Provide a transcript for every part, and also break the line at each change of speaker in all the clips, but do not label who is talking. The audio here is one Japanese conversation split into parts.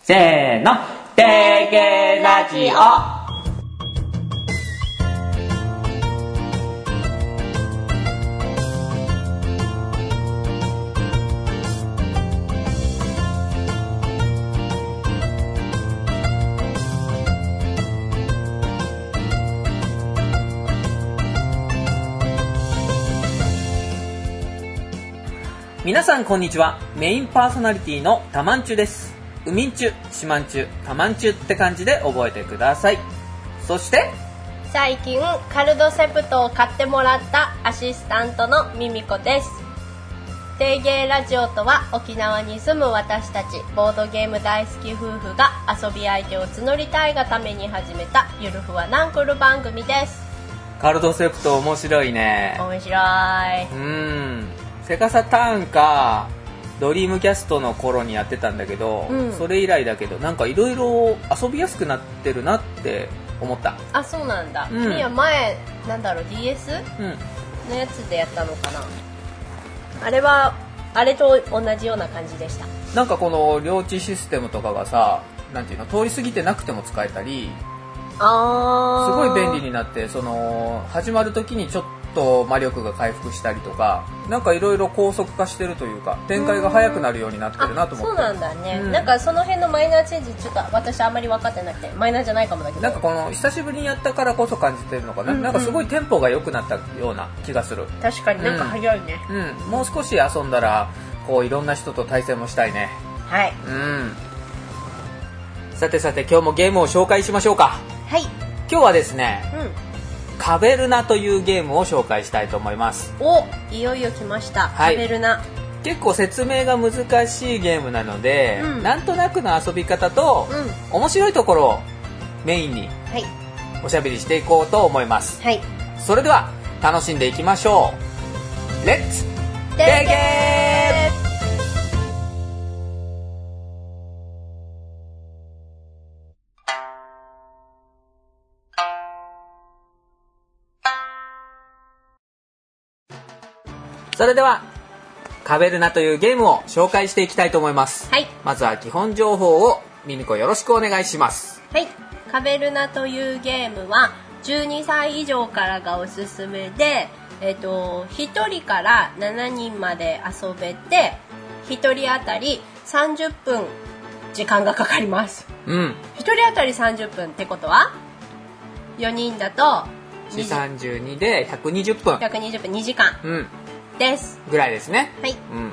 せーの、定型ラジオ皆さんこんにちはメインパーソナリティのたまんちゅですうみんちゅしまんちゅたまんちゅって感じで覚えてくださいそして
最近カルドセプトを買ってもらったアシスタントのミミコです定芸ラジオとは沖縄に住む私たちボードゲーム大好き夫婦が遊び相手を募りたいがために始めたゆるふわナンクル番組です
カルドセプト面白いね
面白いう
ーんセカサターンかドリームキャストの頃にやってたんだけど、
うん
それ以来だけどなんかいろいろ遊びやすくなってるなって思った
あそうなんだ、
うん
いや前なんだろう DS
うん
のやつでやったのかなあれはあれと同じような感じでした
なんかこの領地システムとかがさなんていうの通り過ぎてなくても使えたり
あ
す
あ
ごい便利になってその始まる時にちょっと魔力が回復したりとかなんかいろいろ高速化してるというか展開が早くなるようになってるなと思って
あそうなんだね、
うん
なんかその辺のマイナーチェンジちょっと私あんまり分かってなくてマイナーじゃないかもだけど
なんかこの久しぶりにやったからこそ感じてるのかな、
うんうん
なんかすごいテンポが良くなったような気がする
確かになんか早いね、
うんもう少し遊んだらこういろんな人と対戦もしたいね
はい
うんさてさて今日もゲームを紹介しましょうか
はい
今日はですね
うん
「カベルナ」というゲームを紹介したいと思います
おいよいよ来ました、
はい
カベルナ
結構説明が難しいゲームなので、
うん
なんとなくの遊び方と
う、ん
面白いところをメインに
はい
おしゃべりしていこうと思います
はい
それでは楽しんでいきましょうレッツデーゲーそれでは「カベルナ」というゲームを紹介していきたいと思います、
はい
まずは基本情報をミミコよろしくお願いします
はいカベルナというゲームは12歳以上からがおすすめでえっ、と1人から7人まで遊べて1人当たり30分時間がかかります
うん
1人当たり30分ってことは4人だと20
432で120分
120分2時間
うん
です
ぐらいですね
はい
うん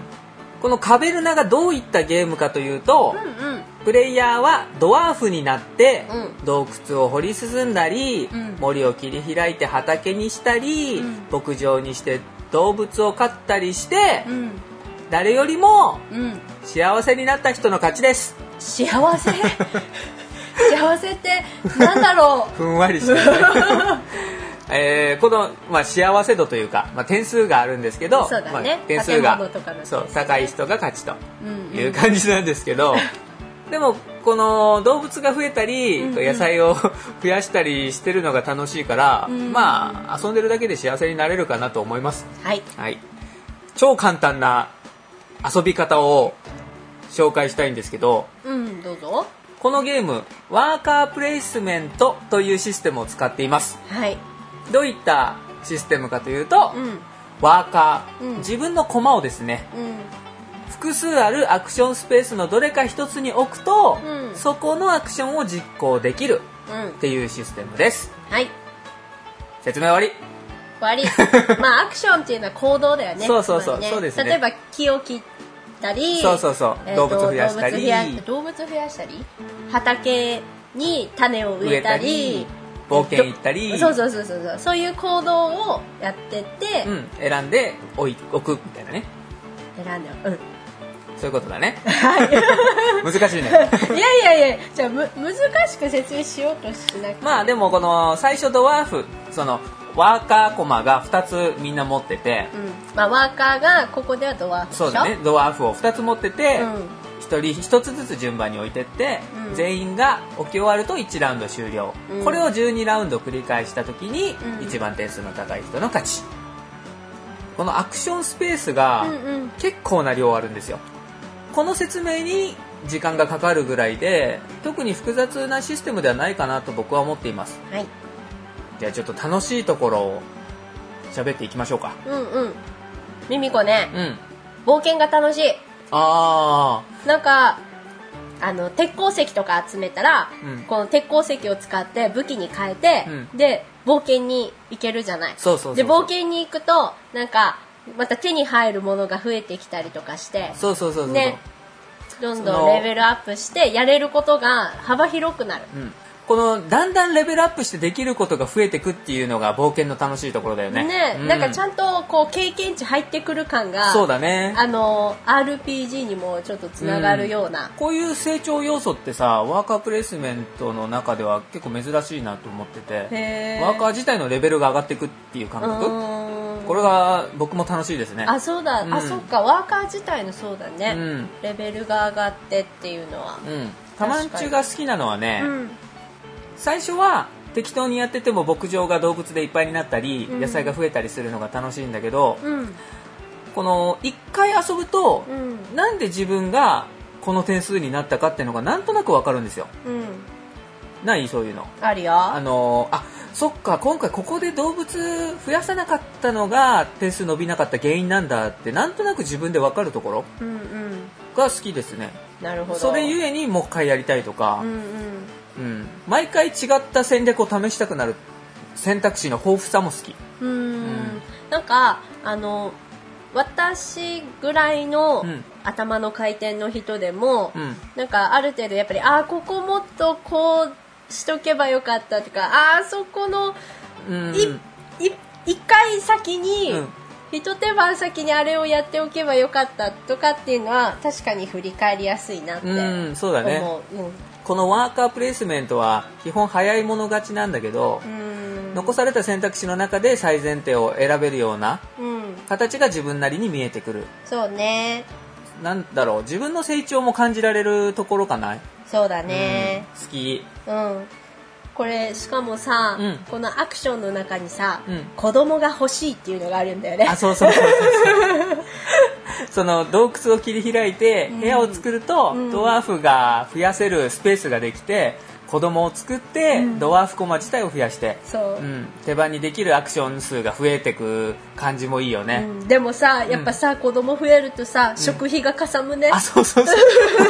この「カベルナ」がどういったゲームかというと、
うんうん
プレイヤーはドワーフになって、
う
洞窟を掘り進んだり、
うん
森を切り開いて畑にしたり、
うん
牧場にして動物を飼ったりして、
うん
誰よりも
うん
幸せになった人の勝ちです
幸せ 幸せってなんだろ
ふんわり してるえーこの、まあ、幸せ度というか、まあ、点数があるんですけど、
そうだね
まあ、点数が
建物とかの点数
そ
ね
う高い人が勝ちと
う、うん
いう感じなんですけど、 でもこの動物が増えたり、
うんうん
野菜を増やしたりしてるのが楽しいから、
うん
まあ遊んでるだけで幸せになれるかなと思います、
はい
はい、超簡単な遊び方を紹介したいんですけど
うんどうぞ
このゲームワーカープレイスメントというシステムを使っています
はい
どういったシステムかというと、
うん
ワーカー、
うん
自分の駒をですね
うん
複数あるアクションスペースのどれか一つに置くと、
うん
そこのアクションを実行できる
うん
っていうシステムです
はい
説明終わり
終 わりまあアクションっていうのは行動だよね
そうそうそう
つまり
そうですね
例えば木を切ったり
そうそうそう
えーと
動物増やしたり
動物増や動物増やしたり畑に種を植えたり
冒険行ったり、
そうそうそうそうそうそういう行動をやってて、
うん、選んで置い置くみたいなね
選んでうん
そういうことだね 難しいね
いやいやいやじゃあむ難しく説明しようとしなくて
まあでもこの最初ドワーフそのワーカー駒が2つみんな持ってて、
うんまあ、ワーカーがここではドワーフでしょ
そうだねドワーフを2つ持ってて、
うん
一人一つずつ順番に置いてって、
うん
全員が置き終わると1ラウンド終了、
うん
これを12ラウンド繰り返した時に、
うん
一番点数の高い人の勝ちこのアクションスペースが
うんうん
結構な量あるんですよこの説明に時間がかかるぐらいで特に複雑なシステムではないかなと僕は思っています
はい
じゃあちょっと楽しいところを喋っていきましょうか
うんうんミミコね
うん
冒険が楽しい
あ
なんかあの鉄鉱石とか集めたら、
うん
この鉄鉱石を使って武器に変えて、
う
で冒険に行けるじゃない
そうそうそうそう
で冒険に行くとなんかまた手に入るものが増えてきたりとかして
あそうそうそうそうそう、
ねどん
そ
どん
の
レベルアップしてやれることが幅広くなる
うん、このだんだんレベルアップしてできることが増えてくっていうのが冒険の楽しいところだよね
ね、なんかちゃ
ん
んとこう経験値入ってくる感が
そうだね
あの RPG にもちょっとつながるような、
こういう成長要素ってさワーカープレイスメントの中では結構珍しいなと思ってて
へ
ワーカー
ー
自体のレベルが上がっていくっていう感
う
覚
ーん
これが僕も楽しいですね
あそうだ、
うん
あそっかワーカー自体のそうだね、
うん
レベルが上がってっていうのは
うんタマンチュが好きなのはね、
うん
最初は適当にやってても牧場が動物でいっぱいになったり、
うん
野菜が増えたりするのが楽しいんだけど、
うん
この1回遊ぶと
う、ん
なんで自分がこの点数になったかっていうのがなんとなくわかるんですよ
うん
ないそういうの
あるよ
あのーあそっか今回ここで動物増やさなかったのが点数伸びなかった原因なんだってなんとなく自分でわかるところ
うんうん
が好きですね
なるほど
それゆえにもう一回やりたいとか
うん、うん
うん毎回違った戦略を試したくなる選択肢の豊富さも好き
うーん
ん
なんかあの私ぐらいの
うん
頭の回転の人でも、
うん
なんかある程度やっぱりああここもっとこうしとけばよかったとかあーそこの
うん
いい一回先に、
うん
一手間先にあれをやっておけばよかったとかっていうのは確かに振り返りやすいなって思う。
うんそうだね
うん
このワーカープレイスメントは基本早い者勝ちなんだけど
う、ん
残された選択肢の中で最前提を選べるような
うん、
形が自分なりに見えてくる
そうね
なんだろう自分の成長も感じられるところかな、
そうだね、
うん好き
うん、これしかもさ、
うん
このアクションの中にさ、
うん
子供が欲しいっていうのがあるんだよね
あそうそうそうそう そうその洞窟を切り開いて
うん
部屋を作ると、
うん
ドワーフが増やせるスペースができて子供を作って、
うん
ドワーフコマ自体を増やして、
そう、
うん、手番にできるアクション数が増えてく感じもいいよね、
うんでもさやっぱさ、子供増えるとさ食費がかさむね、
あそうそうそう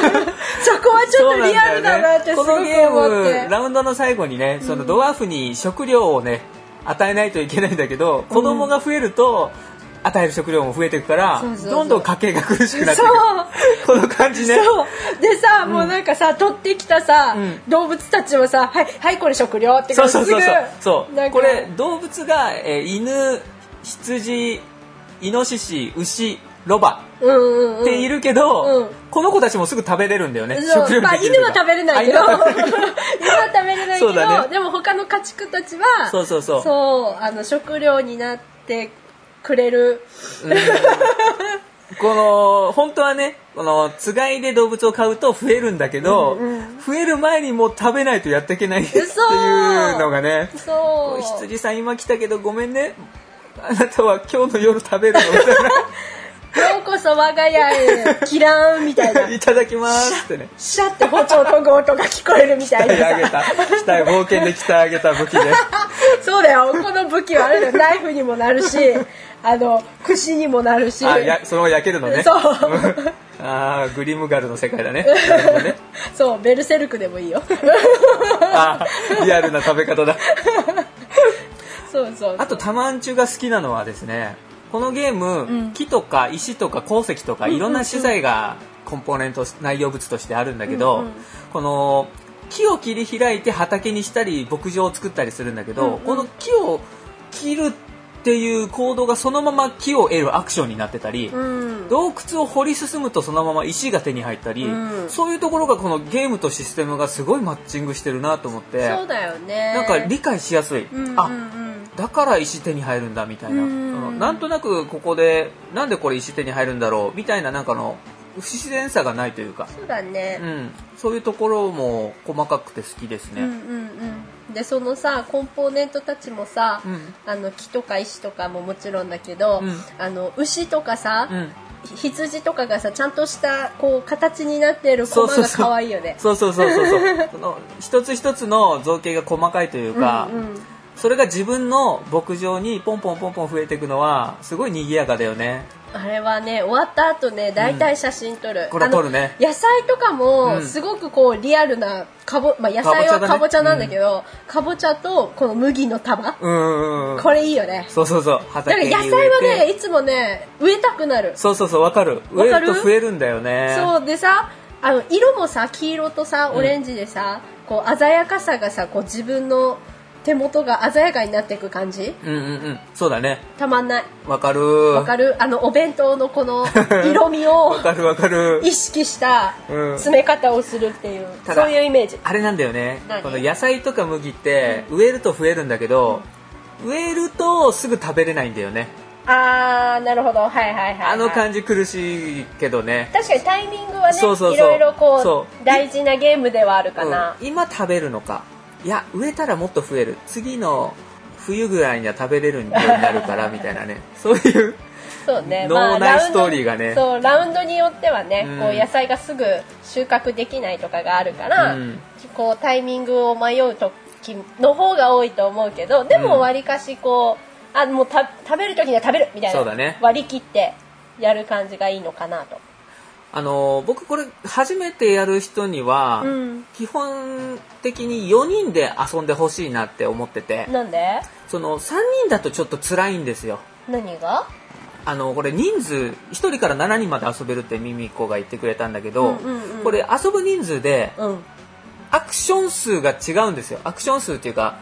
そこはちょっとリアルだなってすご
こ
く思
の
って、
ゲームラウンドの最後にねそのドワーフに食料をね与えないといけないんだけど子供が増えると与える食料も増えていくから
そうそうそう
どんどん家計が苦しくなってい
そう
くこの感じね
そうでさ、もうなんかさ取ってきたさ、
うん
動物たちもさ「はいはいこれ食料」って
そ
感
う
じ
そうそ
すぐ
うそうそう
なんか
これ動物が、えー犬羊イノシシ牛ロバ
うんうんうん
っているけど、
うん
この子たちもすぐ食べれるんだよね
そう
食料
まあ、
でき
犬
る
は
から
食べれないけど
あ
犬
犬は
は
食べれない
食べれないけ
そうだ
ど、
ね
でも他の家畜たちは
そうそうそう
そうあの食料になってくれる
この本当はねこのつがいで動物を飼うと増えるんだけど、増える前にもう食べないとやっていけないっていうのがね
そう
羊さん今来たけどごめんねあなたは今日の夜食べるのみ
ようこそ我が 家へキラーンみた
た
い
いな
な
い ただきますってね
シャって包丁とゴートが聞こえるみたいな
鍛え上げ
さ
た鍛え冒険で鍛え上げた武器で
そうだよこの武器はあれだよナイフにもな るしあの串にもなるし
あやそのまま焼けるのね
そう
あーグリムガルの世界だね
そうベルセルクでもいいよ
あーリアルな食べ方だ
そうそう
あとタマンチュが好きなのはですねこのゲーム、
うん
木とか石とか鉱石とかいろんな資材がコンポーネント内容物としてあるんだけど、
うんうん
この木を切り開いて畑にしたり牧場を作ったりするんだけど、
うんうん
この木を切るっていう行動がそのまま木を得るアクションになってたり、
うん
洞窟を掘り進むとそのまま石が手に入ったり、
うん
そういうところがこのゲームとシステムがすごいマッチングしてるなと思って
そうだよね
なんか理解しやすい、
うんうん
あ
うん
だから石手に入るんだみたいな、
うん
そのなんとなくここでなんでこれ石手に入るんだろうみたいななんかの不自然さがないというか、
そうだね
うん、そういうところも細かくて好きです
うんう
ね。
んうんでそのさコンポーネントたちもさ、
うん
あの木とか石とかももちろんだけど、
うん
あの牛とかさ、
うん
羊とかがさちゃんとしたこう形になっているコマが可愛いよね
そうそうそうそうそう その一つ一つの造形が細かいというか、
うんうん
それが自分の牧場にポンポンポンポン増えていくのはすごい賑やかだよね
あれはね終わった後ね大体写真撮る、
これ
あの
撮るね
野菜とか
う
も
ん
すごくこうリアルなかぼ、まあ、野菜はか
か
ぼ
ぼ
ち
ち
ゃ
ゃ
な
だね
んだけど、かぼちゃとこの麦の束、
うんうんうん
これいいよね
そうそうそう
だか
畑
ら
に植
野
えて
菜はねいつもね植えたくなる
そうそうそうわかる
わ
植
か
え
る
ると増えるんだよね
そうでさあの色もさ黄色とさオレンジでさ、こう鮮やかさがさこう自分の手元が鮮やかになっていく感じ
うんうんうんそうだね
たまんない
わかる
わか
る
るあのお弁当のこの色味 を
わかるわかる
意識した
うん
詰め方をするっていう、
ただ
そういうイメージ
あれなんだよね
何
この野菜とか麦って植えると増えるんだけど、植えるとすぐ食べれないんだよね
あーなるほどはいはいはい、はい、
あの感じ苦しいけどね、
確かにタイミングはね
そうそうそう
いろいろこ
そう
大事なゲームではあるかな、
うん今食べるのかいや植えたらもっと増える次の冬ぐらいには食べれるようになるから みたいなねそういう
そうね、
脳内
ラウンド
ストーリーがね
そうラウンドによってはね、
うん
こう野菜がすぐ収穫できないとかがあるから、
うん
こうタイミングを迷う時の方が多いと思うけどで
う
も
ん
わりかしこうあもうた食べる時には食べるみたいな
そうだね
割り切ってやる感じがいいのかなと。
あの僕これ初めてやる人には、
うん
基本的に4人で遊んでほしいなって思ってて
なんで
その3人だとちょっと辛いんですよ
何が
あのこれ人数1人から7人まで遊べるってミミコが言ってくれたんだけど、
うんうんうん
これ遊ぶ人数で
うん
アクション数が違うんですよアクション数っていうか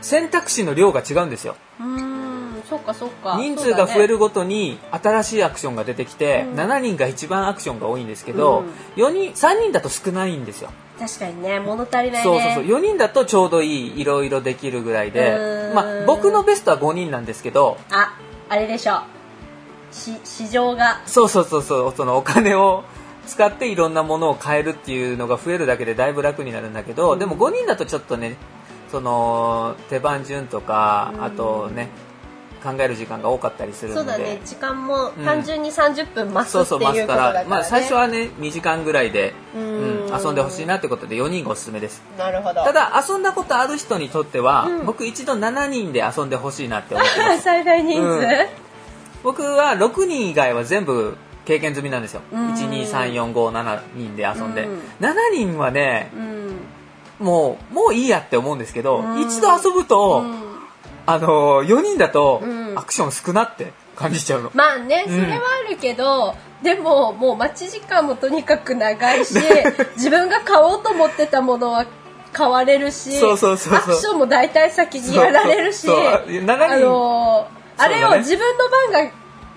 選択肢の量が違うんですよ
うーんそっかそっか
人数が増え
る
るごとに新しいアクションが出てきて、
うん
7人が一番アクションが多いんですけど、
うん
4人3人だと少ないんですよ
確かにね物足りないね
そうそうそう4人だとちょうどいいいろいろできるぐらいで
うーん、
まあ、僕のベストは5人なんですけど
ああれでしょうし市場が
そうそうそうそうそのお金を使っていろんなものを買えるっていうのが増えるだけでだいぶ楽になるんだけど、
うん
でも5人だとちょっとねその手番順とか、
うん
あとね考える時間が多かったりするの
そう
で
だね時間も
うん
単純に30分増す
そう
ってい
そううます
ことだか、
からら、
ね、
まあ、最初はね2時間ぐらいで、
う
うんん遊んでほしいなってことで4人がおすすめです
なるほど
ただ遊んだことある人にとっては、
うん
僕一度7人で遊んでほしいなって思ってます
最大人数、
うん僕は6人以外は全部経験済みなんですよ
うん
123457人で遊んで、
うん
7人はね
うん
もうもういいやって思うんですけど、
うん
一度遊ぶと、
うん
あの4人だと、
うん
アクション少なって感じちゃうの
まあねそ
うん
れはあるけど、でももう待ち時間もとにかく長いし 自分が買おうと思ってたものは買われるし
そうそうそうそう
アクションも大体先にやられるし
そうそうそう長い
あのーあ
そうだね
れを自分の番が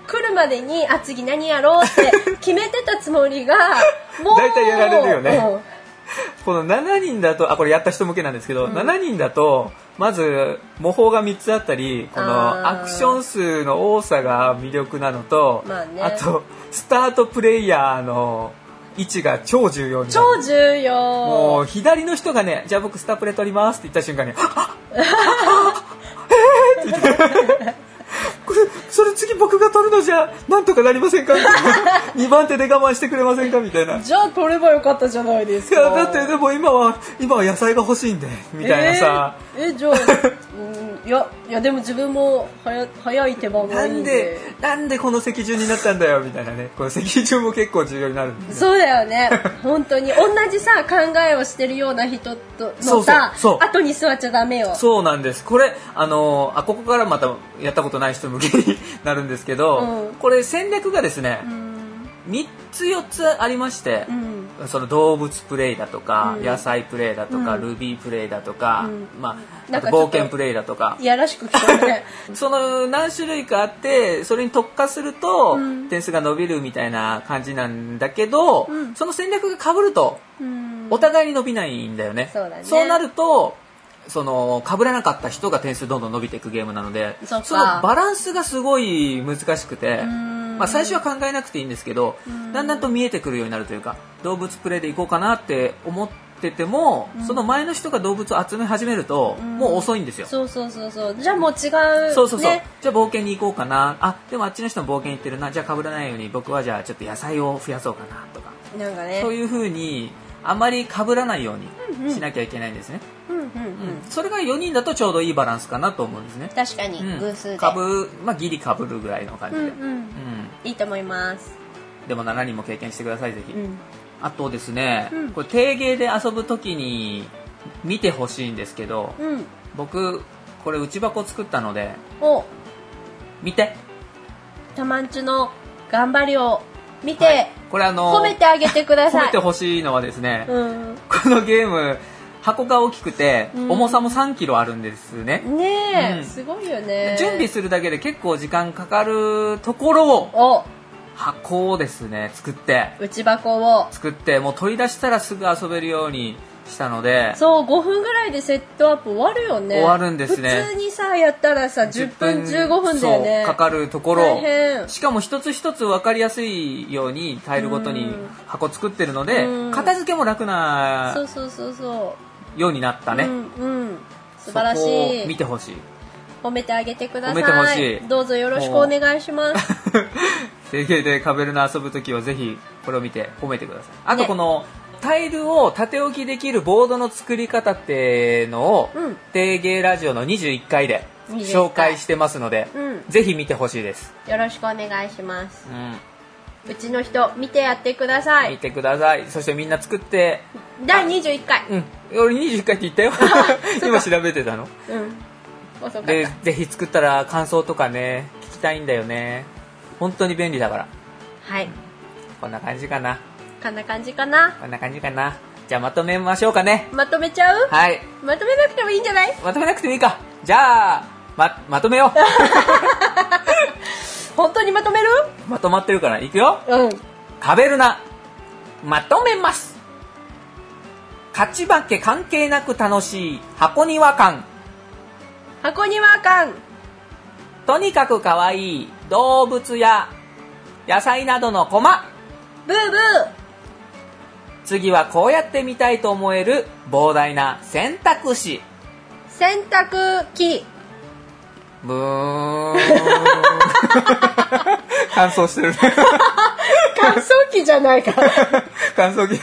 来るまでにあ次何やろう って決めてたつもりがもう
大体やられるよね
うん
この7人だとあこれやった人向けなんですけど、
うん
7人だとまず模倣が3つあったりこの
あー
アクション数の多さが魅力なのと、
まあね
とスタートプレイヤーの位置が超重要になる
超重要
もう左の人がねじゃあ僕スタプレ取りますって言った瞬間 に「あっあっあっえーって言って これそれ次僕が取るのじゃなんとかなりませんか?」2番手で我慢してくれませんか?」みたいな
じゃあ取ればよかったじゃないです
い
か
やだってでも今は今は野菜が欲しいんでみたいなさ、
えーえじゃあ、うん、いやいやでも自分も早早い手番が
ない
いん
ん
で
でなんでこの席順になったんだよみたいなねこの席順も結構重要になるんですよ
そうだよね本当に同じさ考えをしてるような人と
そ
の
うそう
さ
そう
後に座っちゃダメよ
そうなんですこれあのーあここからまたやったことない人向けになるんですけど、
うん
これ戦略がですね
う、ん
3つ4つありまして
う、ん
その動物プレイだとか、
うん
野菜プレイだとか、
うん
ルビープレイだとか、
うん
まあ、
な
あ
ん
と
かち
冒
ょっと
険プレイだとか
いやらしく聞こ えね
その何種類かあってそれに特化すると
うん
点数が伸びるみたいな感じなんだけど、
うん
その戦略が被ると
うん
お互いに伸びないんだよね,、
そうだね
なるとその被らなかった人が点数どんどん伸びていくゲームなので
そっか
のバランスがすごい難しくて、
ん
まあ、最初は考えなくていいんですけど
ん
だんだんと見えてくるようになるというか動物プレイでいこうかなって思って。ってても、
うん
その前の人が動物を集め始めると、
うん
もう遅いんですよ。
そうそうそうそうじゃあもう違う
そうそうそう、
ね
じゃあ冒険に行こうかなあでもあっちの人も冒険行ってるなじゃあかぶらないように僕はじゃあちょっと野菜を増やそうかなとか
なんかね
そういうふうにあまりかぶらないよう
うんうん
にしなきゃいけないんですね、
うんうんうん、
うんそれが4人だとちょうどいいバランスかなと思うんですね、
確かに
うん
偶数で、
かぶまあギリかぶるぐらいの感
う
じで、
ん
う
うんんいいと思います
でも7人も経験してくださいぜひ、
うん
あとですね、
うん
これ定芸で遊ぶ時に見てほしいんですけど、
うん
僕これ内箱作ったので
お
見て
たまんちゅの頑張りを見て、
これあの
褒めてあげてくだ
褒
さ
め
い
てほしいのはですね、
うん
このゲーム箱が大きくて、
うん
重さも3キロあるんですね、
ねえ、
うん
すごいよね
準備するだけで結構時間かかるところを
お
箱をですね作って
内箱を
作ってもう取り出したらすぐ遊べるようにしたので
そう5分ぐらいでセットアップ終わるよね
終わるんですね
普通にさやったらさ10分15分だよね
そうかかるところ
大変
しかも一つ一つ分かりやすいようにタイルごとに
うん
箱作ってるので
うん
片付けも楽
そう
な
そうそうそ
ようになった
う
ね、
うん、うん、素晴らし
そこを
い
見てほしい
褒めてあげてください
褒めてほしい
どうぞよろしくお願いします
定型でカベルナ遊ぶときはぜひこれを見て褒めてくださいあと
ね
このタイルを縦置きできるボードの作り方ってのを
うん
定芸ラジオの21回で
21
紹介してますので
うん
ぜひ見てほしいです、
よろしくお願いします
うん
うちの人見てやってくださ
見
い
てくださいそしてみんな作って
第21回
うん俺21回って言ったよ 今調べてたの
うん遅かった
でぜひ作ったら感想とかね聞きたいんだよね本当に便利だから
はい
こんな感じかな
こんな感じかな
こんな感じかなじゃあまとめましょうかね
まとめちゃう
はい
まとめなくてもいいんじゃない
まとめなくてもいいかじゃあままとめよ
本当にまとめる
うまとまってるからいくよ
うん
カベルナまとめます勝ち負け関係なく楽しい箱庭感
箱庭感
とにかく可愛い動物や野菜などのコマ
ブーブ
次はこうやってみたいと思える膨大な選択肢
ー洗濯機
ブーン 乾燥してるね
乾燥機じゃない か
乾燥機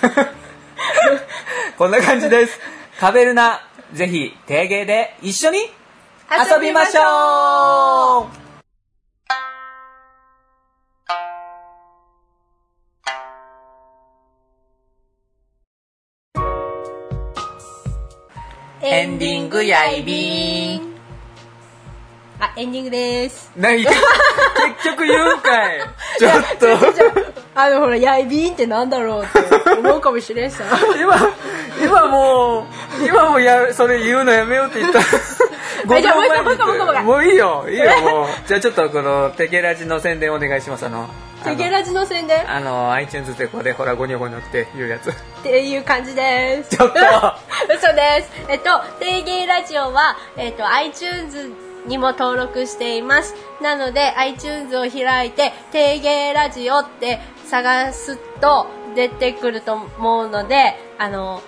こんな感じですカベルナぜひ定芸で一緒に遊びましょうエンディングやいびん
あエンディングです
何結局言うんか いちょっと
じゃああのほらやいびんってなんだろうって思うかもしれんさ
今今もう今もやそれ言うのやめようって言った
はいじゃあもう一回
五秒前に言って
も
もういいよいいよもうじゃあちょっとこのテケラジの宣伝お願いしますあの
テゲラジの宣伝っ
あの iTunes でここでほらゴニョゴニョって言うやつ
ていう感じです
ちょっと
嘘です。えっと、定芸ラジオは、えっと、iTunes にも登録しています。なので、iTunes を開いて、定芸ラジオって探すと出てくると思うので、あの、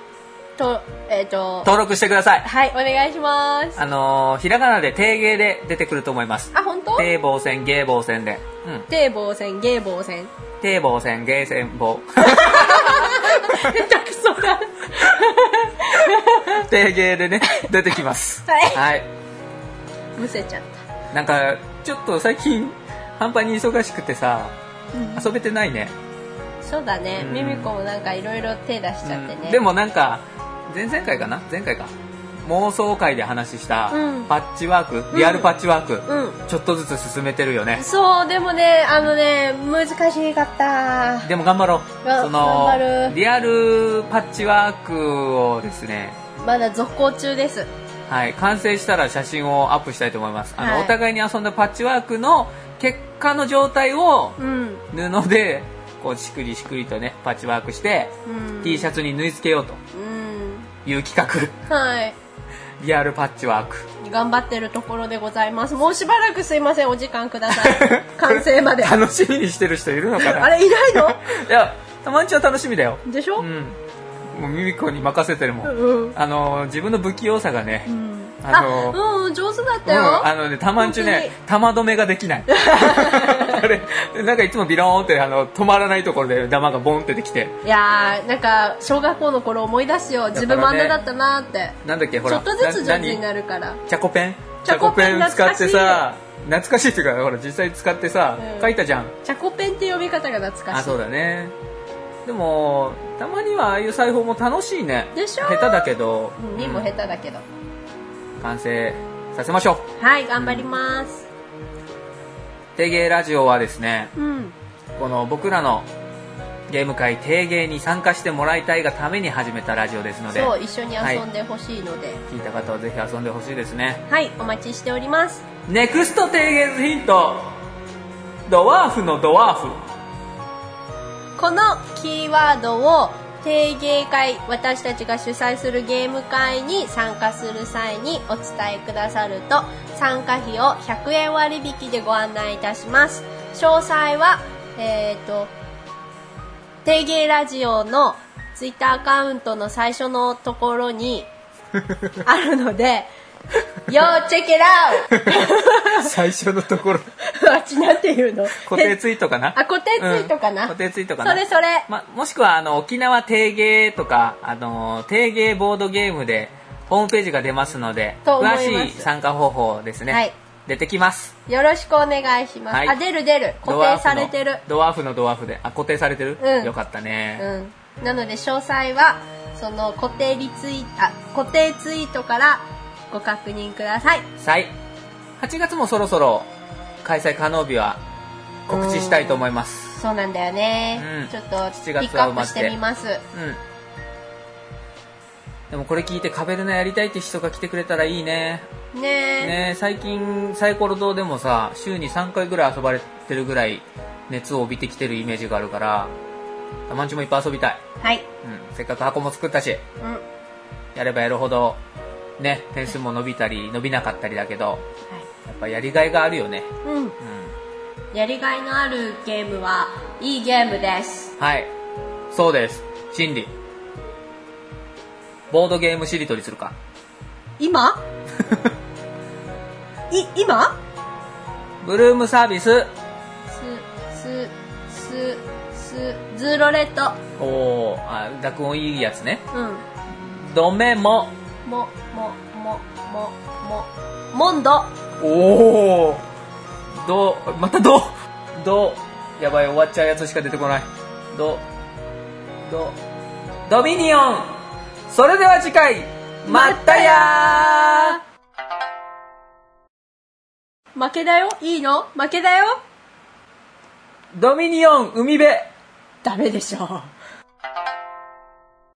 と、えっと、
登録してください
はい、お願いします。
あのひらがなで定芸で出てくると思います
あ、本当
定防線芸防線でうん
定防線、芸防線。
定防線芸線防
下手くそだ。
定芸でね出てきます
はい
はい
むせちゃっ
なんかちょっと最近半端に忙しくてさ
た。うん
遊べてないね
そうだね。
うん
ミミコもなんかいろいろ手出しちゃってね。
うんで、もなんか前々回かな前回か妄想会で話した
うん
パッチワークリアルパッチワーク、
うん。
ちょっとずつ進めてるよね
そう、でもね、あのね、難しかった。
でも頑張ろう
が
その
頑張る
リアルパッチワークをですね
まだ続行中です。
はい完成したら写真をアップしたいと思いますあの、
はい
お互いに遊んだパッチワークの結果の状態を
うん。
布でこうしくりしくりとねパッチワークして
うん。
T シャツに縫い付けようと
うん。
いう企画
はい。
リアルパッチワーク
頑張ってるところでございます。もうしばらくすいません、お時間くださ い。完成まで。あ
楽しみにしてる人いるのかな
れ、いないの
いやたまんちは楽しみだよ
でしょ、
うんもうミミコに任せてるもん
うん
あの自分の不器用さがね、
うん
あ
あ
の
うん上手だっ
う
た
ん、
よ、
あのね、たまんちゅね、玉止めができ ない。あれ、なんかいつもビローンって、あの、止まらないところで玉がボンってできて。
いやーなんか小学校の頃思い出すよ自分もあんなだったなーって、
なんだっけ、ほ
ちょ
ら。
っとずつ
な
上手になるから
何チャコペン
チャコペン
チャ使ってさ、懐かしいっていうか、ほら、実際使ってさ、
うん
書いたじゃん。
チャコペンって読み方が懐
あ、
かしい
そうだね。でも、たまにはああいう裁縫も楽しいね。
でしょ
下手だけど、
うんミンも下手だけど、
完成させましょう。
はい頑張ります
定芸ラジオはですね、
うん
この僕らのゲーム会定芸に参加してもらいたいがために始めたラジオですので
そう一緒に遊んでほしいので
聞いた方はぜひ遊んでほしいですね
はい、お待ちしております
ネクスト定芸ズヒントドワーフのドワー フ
このキーワードを定芸会私たちが主催するゲーム会に参加する際にお伝えくださると参加費を100円割引でご案内いたします詳細はえっ、と定芸ラジオのツイッターアカウントの最初のところにあるの で要チェケラ
最初のところ
ウ あっちなんて言うの
固定ツイートかな
あ固定ツイートかな
うん固定ツイートかな
それそれ
ま、もしくはあの沖縄定芸とか、あのー定芸ボードゲームでホームページが出ますので
と思いま
詳
す
しい参加方法ですね、
はい
出てきます
よろしくお願いします。
はい
あ、出る出る。固定されてる。
ドワーフのドワーフであ固定されてる、
うん
よかったね、
うん。なので、詳細は、その固定リツイート、あ、固定ツイートからご確認ください。
はい8月もそろそろ開催可能日は告知したいと思います
そうなんだよね。
うん
ちょっと、ピ
7
ッ
月
クア
は
ップしてみます。
うんでもこれ聞いてカベルナやりたいって人が来てくれたらいいね
ねえ。
ね最近サイコロ堂でもさ週に3回ぐらい遊ばれてるぐらい熱を帯びてきてるイメージがあるからたまんちもいっぱい遊びたい、
はい。
うん、せっかく箱も作ったし
うん。はい。
やればやるほどね点数も伸びたり伸びなかったりだけどやっぱやりがいがあるよね
うん。
うん
やりがいのあるゲームは、いいゲームです。
はい。そうです。心理。ボードゲームしりとりするか。
今い、今
ブルームサービス。
す、す、す、す、ズーロレット。
おー、あ、濁音いいやつね。
うん。
ドメモ。
もももももモンド
おー。ど、またど。ど、やばい、終わっちゃうやつしか出てこない。ど、ど、ドミニオンそれでは次回、まったやー
負けだよいいの負けだよ
ドミニオン海辺
ダメでしょ